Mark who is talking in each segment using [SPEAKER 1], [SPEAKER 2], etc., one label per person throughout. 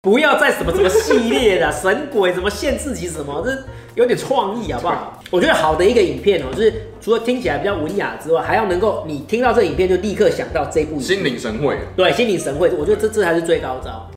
[SPEAKER 1] 不要再什么什么系列的神鬼什么限制级什么，这有点创意好不好？我觉得好的一个影片哦、就是除了听起来比较文雅之外，还要能够你听到这影片就立刻想到这部影片
[SPEAKER 2] 心领神会。
[SPEAKER 1] 对，心领神会，我觉得这这才是最高招。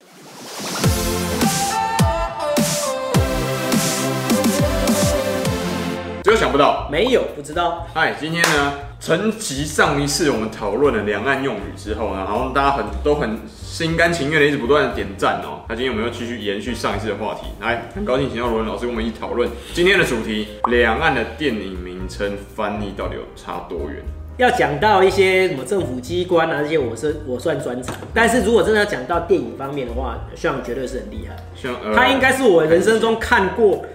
[SPEAKER 2] 只有想不到，
[SPEAKER 1] 没有不知道，
[SPEAKER 2] 嗨，今天呢，承袭上一次我们讨论了两岸用语之后呢，好像大家很都很心甘情愿的一直不断的点赞哦。那今天我们又继续延续上一次的话题，来，很高兴请到罗文老师跟我们一起讨论今天的主题：两岸的电影名称翻译到底有差多远？
[SPEAKER 1] 要讲到一些什么政府机关啊这些，我是我算专长。但是如果真的要讲到电影方面的话，像绝对是很厉害。
[SPEAKER 2] 像 呃
[SPEAKER 1] 他应该是我人生中看过，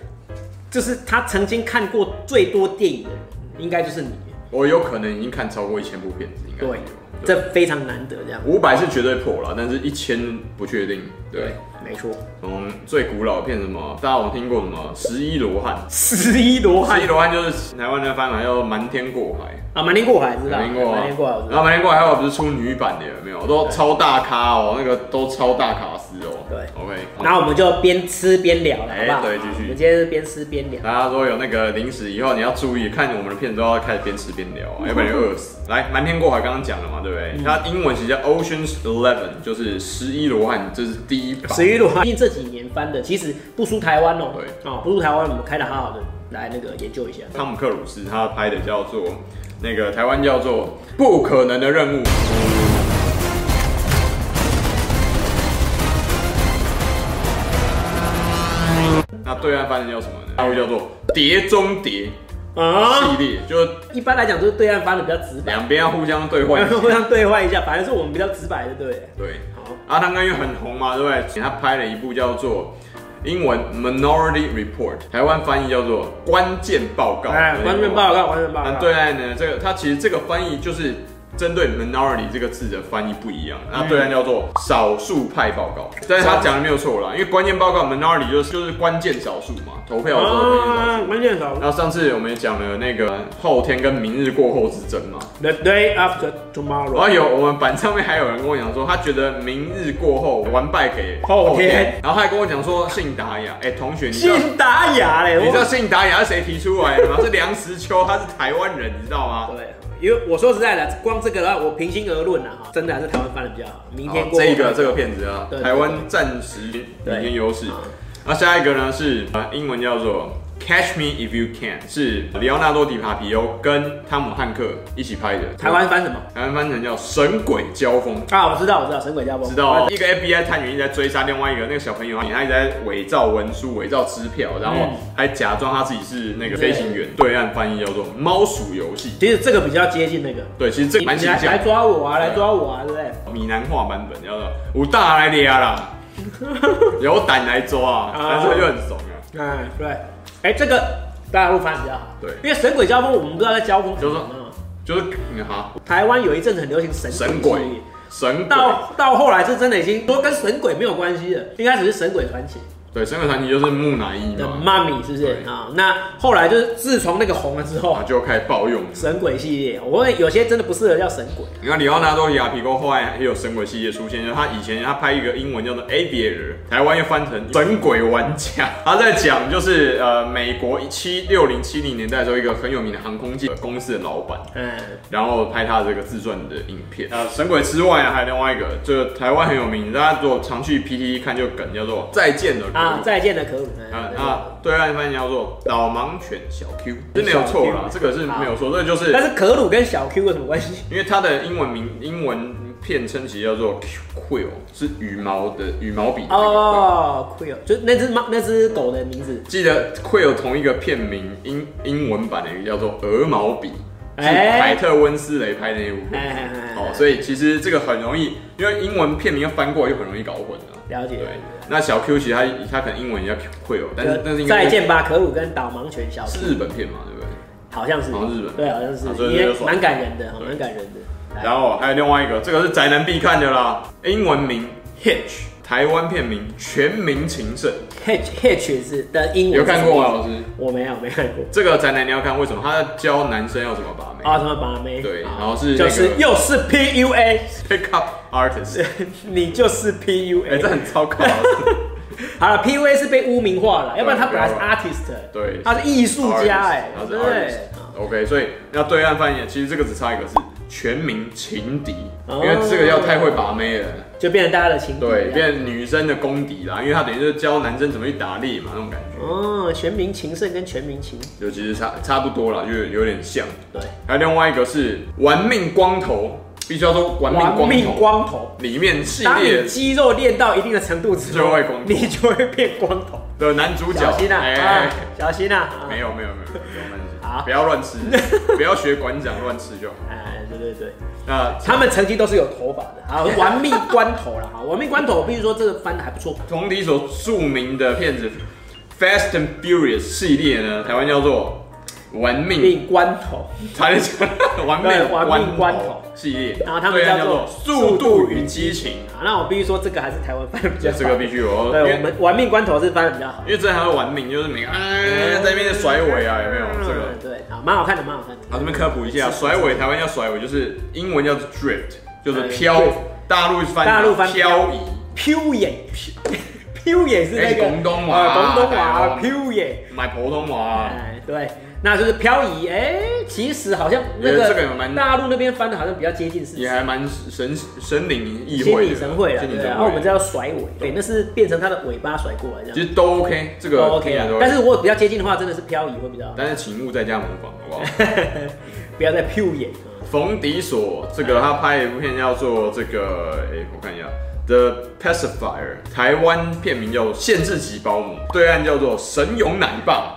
[SPEAKER 1] 就是他曾经看过最多电影的人，应该就是你。
[SPEAKER 2] 我有可能已经看超过一千部片子，应该
[SPEAKER 1] 对
[SPEAKER 2] 有。，
[SPEAKER 1] 这非常难得这样。
[SPEAKER 2] 五百是绝对破了，但是一千不确定。对，，
[SPEAKER 1] 没错。
[SPEAKER 2] 从最古老的片什么，大家有听过什么《十一罗汉》？
[SPEAKER 1] 十一罗
[SPEAKER 2] 十一
[SPEAKER 1] 汉
[SPEAKER 2] 罗汉就是台湾的翻版叫《瞒天过海》。
[SPEAKER 1] 啊，瞒天过海知道，
[SPEAKER 2] 瞒天过海，
[SPEAKER 1] 瞒天过海我知
[SPEAKER 2] 然后
[SPEAKER 1] 道。
[SPEAKER 2] 瞒天过海还有不是出女版的有没有？都超大咖哦，那个都超大卡司哦。
[SPEAKER 1] 对
[SPEAKER 2] ，OK。
[SPEAKER 1] 然后我们就边吃边聊了，好
[SPEAKER 2] 哎
[SPEAKER 1] 不好？
[SPEAKER 2] 对继续
[SPEAKER 1] 我们今天是边吃边聊。
[SPEAKER 2] 大家说有那个零食以后，你要注意看我们的片子都要开始边吃边聊啊，要不然你会 饿死。来，瞒天过海刚刚讲了嘛，对不
[SPEAKER 1] 嗯
[SPEAKER 2] 对？它英文其实叫 Ocean's Eleven，就是十一罗汉，这是第一版。
[SPEAKER 1] 十一罗汉，毕竟这几年翻的，其实不输台湾哦。
[SPEAKER 2] 对
[SPEAKER 1] 哦，不输台湾，我们开的好好的，来那个研究一下。
[SPEAKER 2] 汤姆克鲁斯他拍的叫做那个台湾叫做《不可能的任务》。那对岸翻的叫什么呢？大陆叫做《碟中谍》
[SPEAKER 1] 啊，
[SPEAKER 2] 系列，就是
[SPEAKER 1] 一般来讲就是对岸翻的比较直白，
[SPEAKER 2] 两边要互相对换。
[SPEAKER 1] 互相对换一下，反正是我们比较直白的，对了。
[SPEAKER 2] 对，
[SPEAKER 1] 好，
[SPEAKER 2] 阿汤哥因为很红嘛，对不对？他拍了一部叫做英文《Minority Report》，台湾翻译叫做《关键报告》。
[SPEAKER 1] 哎，完全报告，完全报告。
[SPEAKER 2] 那嗯对岸呢，这个它其实这个翻译就是针对 minority 这个字的翻译不一样，那
[SPEAKER 1] 嗯
[SPEAKER 2] 对岸叫做少数派报告，但
[SPEAKER 1] 啊
[SPEAKER 2] 是他讲的没有错啦，因为关键报告 minority 就是就是关键少数嘛，投票的时候关键少数。
[SPEAKER 1] 啊，关键少
[SPEAKER 2] 那上次我们也讲了那个后天跟明日过后之争嘛，
[SPEAKER 1] ，The day after
[SPEAKER 2] 然后
[SPEAKER 1] tomorrow。
[SPEAKER 2] 有我们版上面还有人跟我讲说，他觉得明日过后完败给
[SPEAKER 1] 后天，
[SPEAKER 2] 然后他还跟我讲说信达雅，哎，同学，你知道
[SPEAKER 1] 信达雅嘞，
[SPEAKER 2] 你知道
[SPEAKER 1] 我
[SPEAKER 2] 信达雅是谁提出来的吗？是梁实秋，他是台湾人，你知道吗？
[SPEAKER 1] 对，因为我说实在的，光这个的话，我平心而论啊，哈真的还是台湾翻的比较好。明天
[SPEAKER 2] 好
[SPEAKER 1] 过
[SPEAKER 2] 这个这个片子啊
[SPEAKER 1] 对，对
[SPEAKER 2] 台湾暂时领先优势
[SPEAKER 1] 对。
[SPEAKER 2] 那下一个呢是呃英文叫做《Catch Me If You Can》，是里奥纳多·迪卡皮欧跟汤姆汉克一起拍的。
[SPEAKER 1] 台湾翻什么
[SPEAKER 2] 台湾翻成叫《神鬼交锋》。
[SPEAKER 1] 啊？我知道，我知道，神鬼交锋。
[SPEAKER 2] 知道一个 FBI 探员一直在追杀另外一个那个小朋友，他一直在伪造文书、伪造支票，然后
[SPEAKER 1] 嗯
[SPEAKER 2] 还假装他自己是那个飞行员。对岸翻译叫做“猫鼠游戏
[SPEAKER 1] 其实这个比较接近那个，”。
[SPEAKER 2] 对，其实这个蛮
[SPEAKER 1] 你
[SPEAKER 2] 形
[SPEAKER 1] 来
[SPEAKER 2] 象
[SPEAKER 1] 来。抓我啊，来抓我啊，对不对？
[SPEAKER 2] 闽南话版本叫做“武大来抓 啦”，有胆来抓啊，
[SPEAKER 1] 啊
[SPEAKER 2] 但是就很怂啊。
[SPEAKER 1] 嗯，对。哎，这个大陆翻比较好。
[SPEAKER 2] 对
[SPEAKER 1] 因为神鬼交锋，我们不知道在交锋什
[SPEAKER 2] 就是
[SPEAKER 1] 么
[SPEAKER 2] 说
[SPEAKER 1] 嘛。
[SPEAKER 2] 就是嗯哈，
[SPEAKER 1] 台湾有一阵子很流行神
[SPEAKER 2] 神
[SPEAKER 1] 鬼
[SPEAKER 2] 鬼
[SPEAKER 1] 系列
[SPEAKER 2] 神鬼，
[SPEAKER 1] 到到后来是真的已经都跟神鬼没有关系了，一开始是神鬼传奇
[SPEAKER 2] 对，神鬼传奇就是木乃伊
[SPEAKER 1] 的
[SPEAKER 2] 嘛，
[SPEAKER 1] 妈咪是不是
[SPEAKER 2] 哦对
[SPEAKER 1] 啊？那后来就是自从那个红了之后
[SPEAKER 2] 啊，，就开始暴用。
[SPEAKER 1] 神鬼系列，我问有些真的不适合叫神鬼，
[SPEAKER 2] 你看里奥纳多·亚皮沟后来也有神鬼系列出现，就是他以前他拍一个英文叫做《Aviator》，台湾又翻成《神鬼玩家》。他在讲就是呃，美国七六零七零年代的时候，一个很有名的航空界公司的老板，
[SPEAKER 1] 嗯，
[SPEAKER 2] 然后拍他这个自传的影片。呃，神鬼之外呢，还有另外一个，就是台湾很有名，大家如果常去 PTT 看，就梗叫做“再见了”
[SPEAKER 1] 啊，再见了可鲁，
[SPEAKER 2] 嗯啊
[SPEAKER 1] 嗯，
[SPEAKER 2] 啊，对岸翻译叫做导盲犬小 Q，是没有错啦
[SPEAKER 1] 小，Q
[SPEAKER 2] 这个是没有错，这个就是
[SPEAKER 1] 但是可鲁跟小 Q 有什么关系？
[SPEAKER 2] 因为它的英文名英文片称其实叫做 Quill，是羽毛的羽毛笔的那个 quill。
[SPEAKER 1] 哦，Quill 就是那只猫那只狗的名字，
[SPEAKER 2] 记得 Quill 同一个片名英英文版的一个叫做鹅毛笔，是
[SPEAKER 1] 哎
[SPEAKER 2] 凯特温斯雷拍的那一部
[SPEAKER 1] 哎
[SPEAKER 2] 片。
[SPEAKER 1] 哎哎，
[SPEAKER 2] 哦，
[SPEAKER 1] 以
[SPEAKER 2] 所以其实这个很容易，因为英文片名要翻过来就很容易搞混了。
[SPEAKER 1] 了解
[SPEAKER 2] 对，那小 Q 其实他他可能英文也叫 Quill，但是但是应该
[SPEAKER 1] 再见吧，可鲁跟导盲犬小 Q，
[SPEAKER 2] 是日本片嘛，对不对？
[SPEAKER 1] 好像是
[SPEAKER 2] 好像日本
[SPEAKER 1] 对，好像
[SPEAKER 2] 啊
[SPEAKER 1] 是，
[SPEAKER 2] 所以
[SPEAKER 1] 也
[SPEAKER 2] 这就爽
[SPEAKER 1] 蛮感人的，哦
[SPEAKER 2] 对
[SPEAKER 1] 蛮感人的。来
[SPEAKER 2] 然后还有另外一个，这个是宅男必看的啦，英文名 Hitch，台湾片名《全民情圣
[SPEAKER 1] hedge hedge 是的英》，文
[SPEAKER 2] 有
[SPEAKER 1] 哦是什么
[SPEAKER 2] 看过吗？啊老师？
[SPEAKER 1] 我没有没看过
[SPEAKER 2] 这个宅男你要看为什么？他教男生要怎么把妹。
[SPEAKER 1] 啊，他们把妹
[SPEAKER 2] 对
[SPEAKER 1] 好
[SPEAKER 2] 然后是那
[SPEAKER 1] 就
[SPEAKER 2] 个
[SPEAKER 1] 是又是 PUA，
[SPEAKER 2] Pick up artist，
[SPEAKER 1] 你就是
[SPEAKER 2] 哎、这
[SPEAKER 1] PUA。
[SPEAKER 2] 很糟糕。
[SPEAKER 1] 好了，PUA 是被污名化了，要不然他本来是
[SPEAKER 2] 对
[SPEAKER 1] artist，
[SPEAKER 2] 对
[SPEAKER 1] 他是艺术家哎，
[SPEAKER 2] 他是
[SPEAKER 1] 对不对？
[SPEAKER 2] artist。OK，所以要对岸翻译，其实这个只差一个字，全民情敌，
[SPEAKER 1] 哦
[SPEAKER 2] 因为这个要太会把妹了，
[SPEAKER 1] 就变成大家的情敌
[SPEAKER 2] 对，
[SPEAKER 1] 了
[SPEAKER 2] 变成女生的公敌啦，因为他等于就是教男生怎么去打猎嘛，那种感觉，
[SPEAKER 1] 哦，全民情圣跟全民情
[SPEAKER 2] 就其实差差不多啦，就有有点像。
[SPEAKER 1] 对，
[SPEAKER 2] 还有另外一个是玩命光头，必须要说玩命光头，
[SPEAKER 1] 玩命光头。
[SPEAKER 2] 里面系
[SPEAKER 1] 当
[SPEAKER 2] 列
[SPEAKER 1] 你肌肉练到一定的程度之后，
[SPEAKER 2] 就会光头
[SPEAKER 1] 你就会变光头。
[SPEAKER 2] 的男主角，哎
[SPEAKER 1] 小心啊！啊小心啊！啊
[SPEAKER 2] 没有没有没有，不用乱吃，
[SPEAKER 1] 好
[SPEAKER 2] 不要乱 吃，不要学馆长乱吃就好。
[SPEAKER 1] 哎，对对对，
[SPEAKER 2] 那
[SPEAKER 1] 他们曾经都是有头发的啊，玩命关头了哈，玩命关头，我必须说这个翻的还不错。
[SPEAKER 2] 同体所著名的片子《Fast and Furious》系列呢，台湾叫做《玩命
[SPEAKER 1] 命关头，》，台湾
[SPEAKER 2] 叫玩
[SPEAKER 1] 对
[SPEAKER 2] 命
[SPEAKER 1] 玩命
[SPEAKER 2] 关
[SPEAKER 1] 关
[SPEAKER 2] 头
[SPEAKER 1] 头
[SPEAKER 2] 系列，
[SPEAKER 1] 然后他们
[SPEAKER 2] 对岸
[SPEAKER 1] 叫做
[SPEAKER 2] 做《速度与激情》，
[SPEAKER 1] 啊，那我必须说这个还是台湾翻的比较
[SPEAKER 2] 这
[SPEAKER 1] 好。
[SPEAKER 2] 这个必须有哦，因
[SPEAKER 1] 对我
[SPEAKER 2] 为
[SPEAKER 1] 们玩命关头是翻的比较好。
[SPEAKER 2] 因为这还要玩命，就是每个哎在那边甩尾啊，有没有这个？
[SPEAKER 1] 哦嗯对啊，蛮好看的，蛮好看的。
[SPEAKER 2] 好，这边科普一下，甩尾台湾叫甩尾，就是英文叫做 drift，就是
[SPEAKER 1] 对
[SPEAKER 2] 漂
[SPEAKER 1] drift，
[SPEAKER 2] 大陆翻
[SPEAKER 1] 大陆翻
[SPEAKER 2] 漂移，
[SPEAKER 1] 飘眼， 飘眼是那
[SPEAKER 2] 哎
[SPEAKER 1] 个
[SPEAKER 2] 广东话
[SPEAKER 1] 呃广东
[SPEAKER 2] 哎
[SPEAKER 1] 话
[SPEAKER 2] 呦
[SPEAKER 1] 飘眼，
[SPEAKER 2] 买普通话。啊
[SPEAKER 1] 哎，对，那就是漂移。哎，其实好像那
[SPEAKER 2] 因为
[SPEAKER 1] 个
[SPEAKER 2] 这个有蛮
[SPEAKER 1] 大陆那边翻的，好像比较接近事
[SPEAKER 2] 也
[SPEAKER 1] 实。
[SPEAKER 2] 还蛮神神领意
[SPEAKER 1] 心
[SPEAKER 2] 会的，
[SPEAKER 1] 领神会了，
[SPEAKER 2] 心领
[SPEAKER 1] 对啊。
[SPEAKER 2] 神
[SPEAKER 1] 然后我们
[SPEAKER 2] 会。
[SPEAKER 1] 这叫甩尾，对，那是变成它的尾巴甩过来这样
[SPEAKER 2] 其。实都 OK，这个
[SPEAKER 1] 都 OK 啊
[SPEAKER 2] 听起来
[SPEAKER 1] 了
[SPEAKER 2] 都，
[SPEAKER 1] 但是如果比较接近的话，真的是漂移会比较好，
[SPEAKER 2] 但是请勿在家模仿，好不好？
[SPEAKER 1] 不要再飘眼。嗯
[SPEAKER 2] 冯迪所这个他拍一部片叫做这个，哎、我看一下，《The Pacifier》，台湾片名叫做《限制级保姆》，对岸叫做《神勇奶爸》，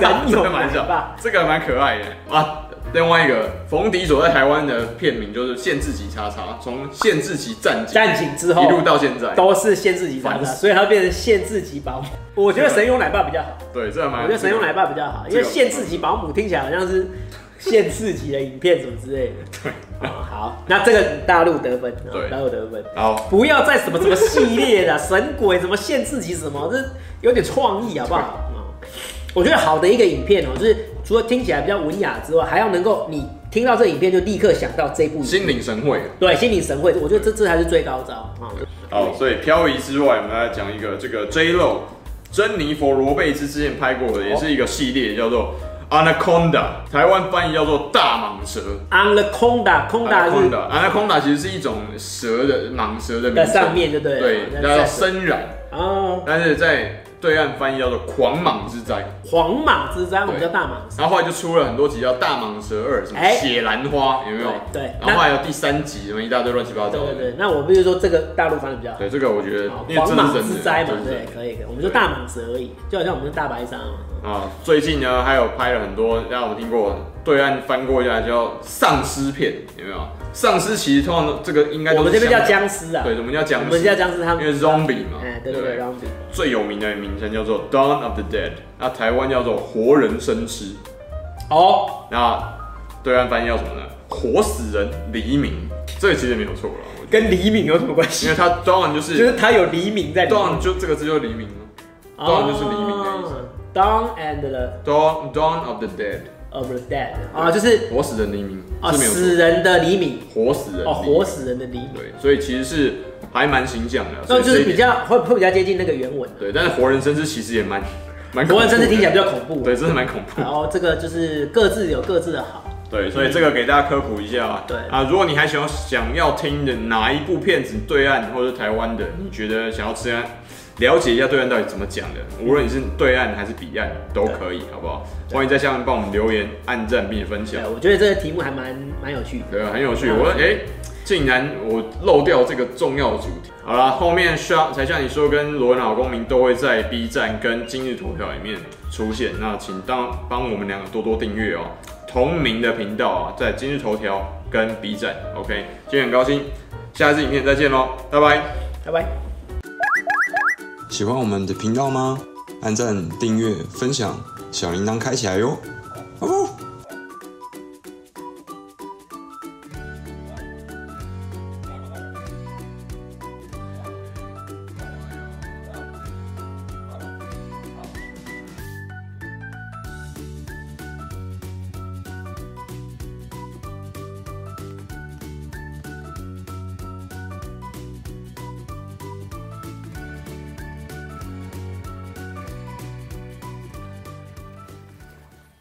[SPEAKER 1] 神 勇奶爸
[SPEAKER 2] 这个蛮像这个蛮可爱的啊。另外一个冯迪所在台湾的片名就是《限制级叉叉》，从《限制级战警》
[SPEAKER 1] 战警之后
[SPEAKER 2] 一路到现在，
[SPEAKER 1] 都是限制级打
[SPEAKER 2] 烦
[SPEAKER 1] 的，
[SPEAKER 2] 死
[SPEAKER 1] 所以它变成限制级保姆。我觉得神勇奶爸比较好，
[SPEAKER 2] 对，这个蛮
[SPEAKER 1] 我觉得神勇奶爸比较好，因为
[SPEAKER 2] 哎这个
[SPEAKER 1] 限制级保姆听起来好像是限制级的影片什么之类的。
[SPEAKER 2] 对。
[SPEAKER 1] 啊好，那这个大陆得分，啊
[SPEAKER 2] 对
[SPEAKER 1] 大陆得分。
[SPEAKER 2] 好，
[SPEAKER 1] 不要再什么什么系列啦，神鬼什么限制级什么，这有点创意好不好？啊我觉得好的一个影片哦、就是除了听起来比较文雅之外，还要能够你听到这影片就立刻想到这部影片，
[SPEAKER 2] 心领神会。
[SPEAKER 1] 对，心领神会。我觉得这这才是最高招啊！
[SPEAKER 2] 好，所以漂移之外，我们来讲一个这个 J Lo，珍妮佛罗贝兹之前拍过的，
[SPEAKER 1] 哦
[SPEAKER 2] 也是一个系列，叫做 Anaconda，台湾翻译叫做大蟒蛇。
[SPEAKER 1] On the Conda Conda 是
[SPEAKER 2] Anaconda，Anaconda 其实是一种蛇的蟒蛇的名
[SPEAKER 1] 在
[SPEAKER 2] 称
[SPEAKER 1] 上，面就对了，
[SPEAKER 2] 对，
[SPEAKER 1] 在
[SPEAKER 2] 叫
[SPEAKER 1] 在
[SPEAKER 2] 做深染，
[SPEAKER 1] 哦，
[SPEAKER 2] 但是在对岸翻译叫做狂蟒之灾。
[SPEAKER 1] 黄马之灾，我们
[SPEAKER 2] 对
[SPEAKER 1] 叫大蟒蛇。
[SPEAKER 2] 然后后来就出了很多集叫《大蟒蛇二》，什么
[SPEAKER 1] 哎
[SPEAKER 2] 《血兰花》，有没有？
[SPEAKER 1] 对对
[SPEAKER 2] 然后后来有第三集，什么一大堆乱七八糟
[SPEAKER 1] 对
[SPEAKER 2] 的。
[SPEAKER 1] 对对，那我必须说这个大陆翻的比较好。
[SPEAKER 2] 对，这个我觉得
[SPEAKER 1] 好，
[SPEAKER 2] 因为
[SPEAKER 1] 黄
[SPEAKER 2] 这是
[SPEAKER 1] 马
[SPEAKER 2] 真
[SPEAKER 1] 之
[SPEAKER 2] 的
[SPEAKER 1] 灾嘛
[SPEAKER 2] 这，是真
[SPEAKER 1] 对
[SPEAKER 2] 的，
[SPEAKER 1] 可以可以，我们就大蟒蛇而已，就好像我们是大白鲨嘛。
[SPEAKER 2] 啊，最近呢还有拍了很多，大家有听过对岸翻过一下叫丧尸片，有没有？丧尸其实通常都这个应该都
[SPEAKER 1] 我
[SPEAKER 2] 是
[SPEAKER 1] 们这边叫
[SPEAKER 2] 僵，
[SPEAKER 1] 僵尸啊，
[SPEAKER 2] 对，我们叫
[SPEAKER 1] 我
[SPEAKER 2] 僵
[SPEAKER 1] 们
[SPEAKER 2] 尸，
[SPEAKER 1] 叫僵尸，他
[SPEAKER 2] 因为
[SPEAKER 1] 们
[SPEAKER 2] zombie 嘛，
[SPEAKER 1] 哎，对对对 r o u n d
[SPEAKER 2] 最有名的名称叫做 Dawn of the Dead，那台湾叫做活人生吃，
[SPEAKER 1] 哦，
[SPEAKER 2] 那对岸翻译叫什么呢？活死人黎明，这个其实没有错了，我觉
[SPEAKER 1] 跟黎明有什么关
[SPEAKER 2] 得，因
[SPEAKER 1] 系？
[SPEAKER 2] 为它 Dawn 就
[SPEAKER 1] 就是哦
[SPEAKER 2] 是
[SPEAKER 1] 他有黎明在里面
[SPEAKER 2] Dawn 就这个字就是黎明了，Dawn 就是黎明的意思。
[SPEAKER 1] Dawn and the
[SPEAKER 2] ，Dawn Dawn of the Dead，
[SPEAKER 1] of the dead 啊，就是
[SPEAKER 2] 活死人黎明
[SPEAKER 1] 啊
[SPEAKER 2] 是没有错
[SPEAKER 1] 死人的黎明
[SPEAKER 2] 活死人黎明
[SPEAKER 1] 哦，活死人的黎明，
[SPEAKER 2] 对，所以其实是还蛮形象的。啊所
[SPEAKER 1] 那
[SPEAKER 2] 以
[SPEAKER 1] 就
[SPEAKER 2] 这一
[SPEAKER 1] 是
[SPEAKER 2] 点
[SPEAKER 1] 比较会会比较接近那个原文啊。
[SPEAKER 2] 对，但是活人生吃其实也蛮 蛮恐
[SPEAKER 1] 国
[SPEAKER 2] 怖的
[SPEAKER 1] 人真是听起来比较恐怖。
[SPEAKER 2] 对，真的蛮恐 怖
[SPEAKER 1] 然。后这个就是各自有各自的好。
[SPEAKER 2] 对，所以这个给大家科普一下啊。
[SPEAKER 1] 对
[SPEAKER 2] 啊，如果你还想要想要听的哪一部片子，对岸或者台湾的，你觉得想要吃啊？了解一下对岸到底怎么讲的，
[SPEAKER 1] 嗯
[SPEAKER 2] 无论你是对岸还是彼岸都可以，好不好？欢迎在下面帮我们留言、按赞并且分享
[SPEAKER 1] 对，。我觉得这个题目还蛮蛮有趣的。
[SPEAKER 2] 对，很有趣。我哎、竟然我漏掉这个重要的主题。好啦，后面像才像你说跟罗文好公民都会在 B 站跟今日头条里面出现，那请当帮我们两个多多订阅哦。同名的频道啊，在今日头条跟 B 站。OK，今天很高兴，下一次影片再见喽，拜拜。
[SPEAKER 1] 拜拜。
[SPEAKER 3] 喜欢我们的频道吗？按赞、订阅、分享，小铃铛开起来哟！